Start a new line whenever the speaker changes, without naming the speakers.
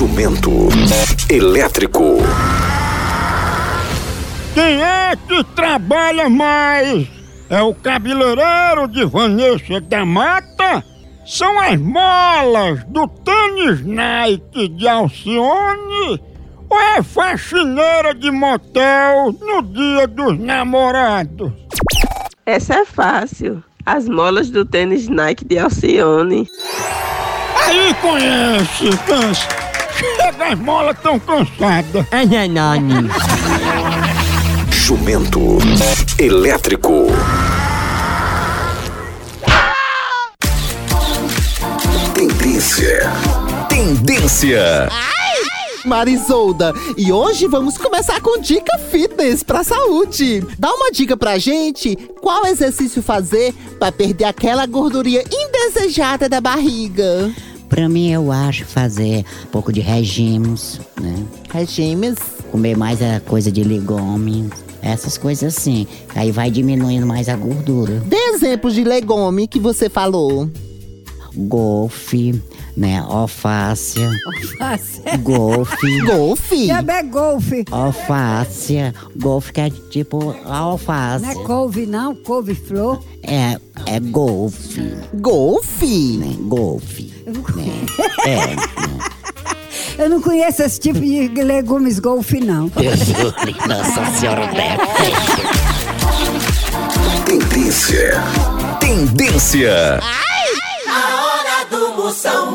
Momento elétrico.
Quem é que trabalha mais? É o cabeleireiro de Vanessa da Mata? São as molas do tênis Nike de Alcione? Ou é faxineira de motel no dia dos namorados?
Essa é fácil. As molas do tênis Nike de Alcione.
Aí conhece, cansa. Chega as molas tão cansadas.
Jumento elétrico. Tendência. Tendência.
Marisolda, e hoje vamos começar com dica fitness pra saúde. Dá uma dica pra gente qual exercício fazer pra perder aquela gordurinha indesejada da barriga.
Pra mim, eu acho fazer um pouco de regimes, né?
Regimes?
Comer mais a coisa de legumes, essas coisas assim. Aí vai diminuindo mais a gordura.
Dê exemplos de legume que você falou.
Golfe, né? Alface,
Fácil.
golfe,
Golfe.
Também é golfe.
alface, golfe que é tipo alface.
Não é couve, não. Couve-flor.
É, é golfe,
Golfe.
né? Golfe. né? É,
Eu não conheço esse tipo de legumes golfe, não.
Deus, nossa senhora, Odete.
Tendência. Tendência.
A hora do Moção